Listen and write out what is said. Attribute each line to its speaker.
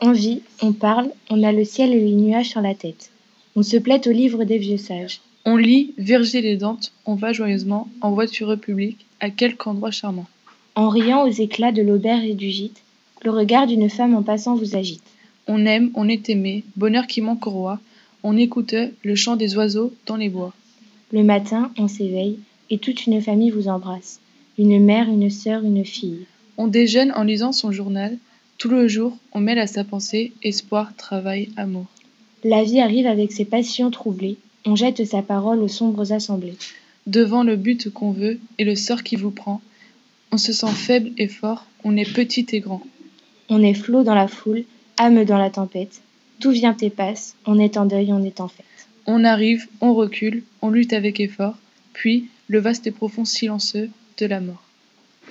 Speaker 1: On vit, on parle, on a le ciel et les nuages sur la tête. On se plaît au livre des vieux sages.
Speaker 2: On lit Virgile et Dante, on va joyeusement, en voitureux public, à quelque endroit charmant.
Speaker 1: En riant aux éclats de l'auberge et du gîte, le regard d'une femme en passant vous agite.
Speaker 2: On aime, on est aimé, bonheur qui manque au roi, on écoute le chant des oiseaux dans les bois.
Speaker 1: Le matin, on s'éveille et toute une famille vous embrasse. Une mère, une sœur, une fille.
Speaker 2: On déjeune en lisant son journal, tout le jour, on mêle à sa pensée espoir, travail, amour.
Speaker 1: La vie arrive avec ses passions troublées, on jette sa parole aux sombres assemblées.
Speaker 2: Devant le but qu'on veut et le sort qui vous prend, on se sent faible et fort, on est petit et grand.
Speaker 1: On est flot dans la foule, âme dans la tempête, tout vient et passe, on est en deuil, on est en fête.
Speaker 2: On arrive, on recule, on lutte avec effort, puis le vaste et profond silencieux de la mort.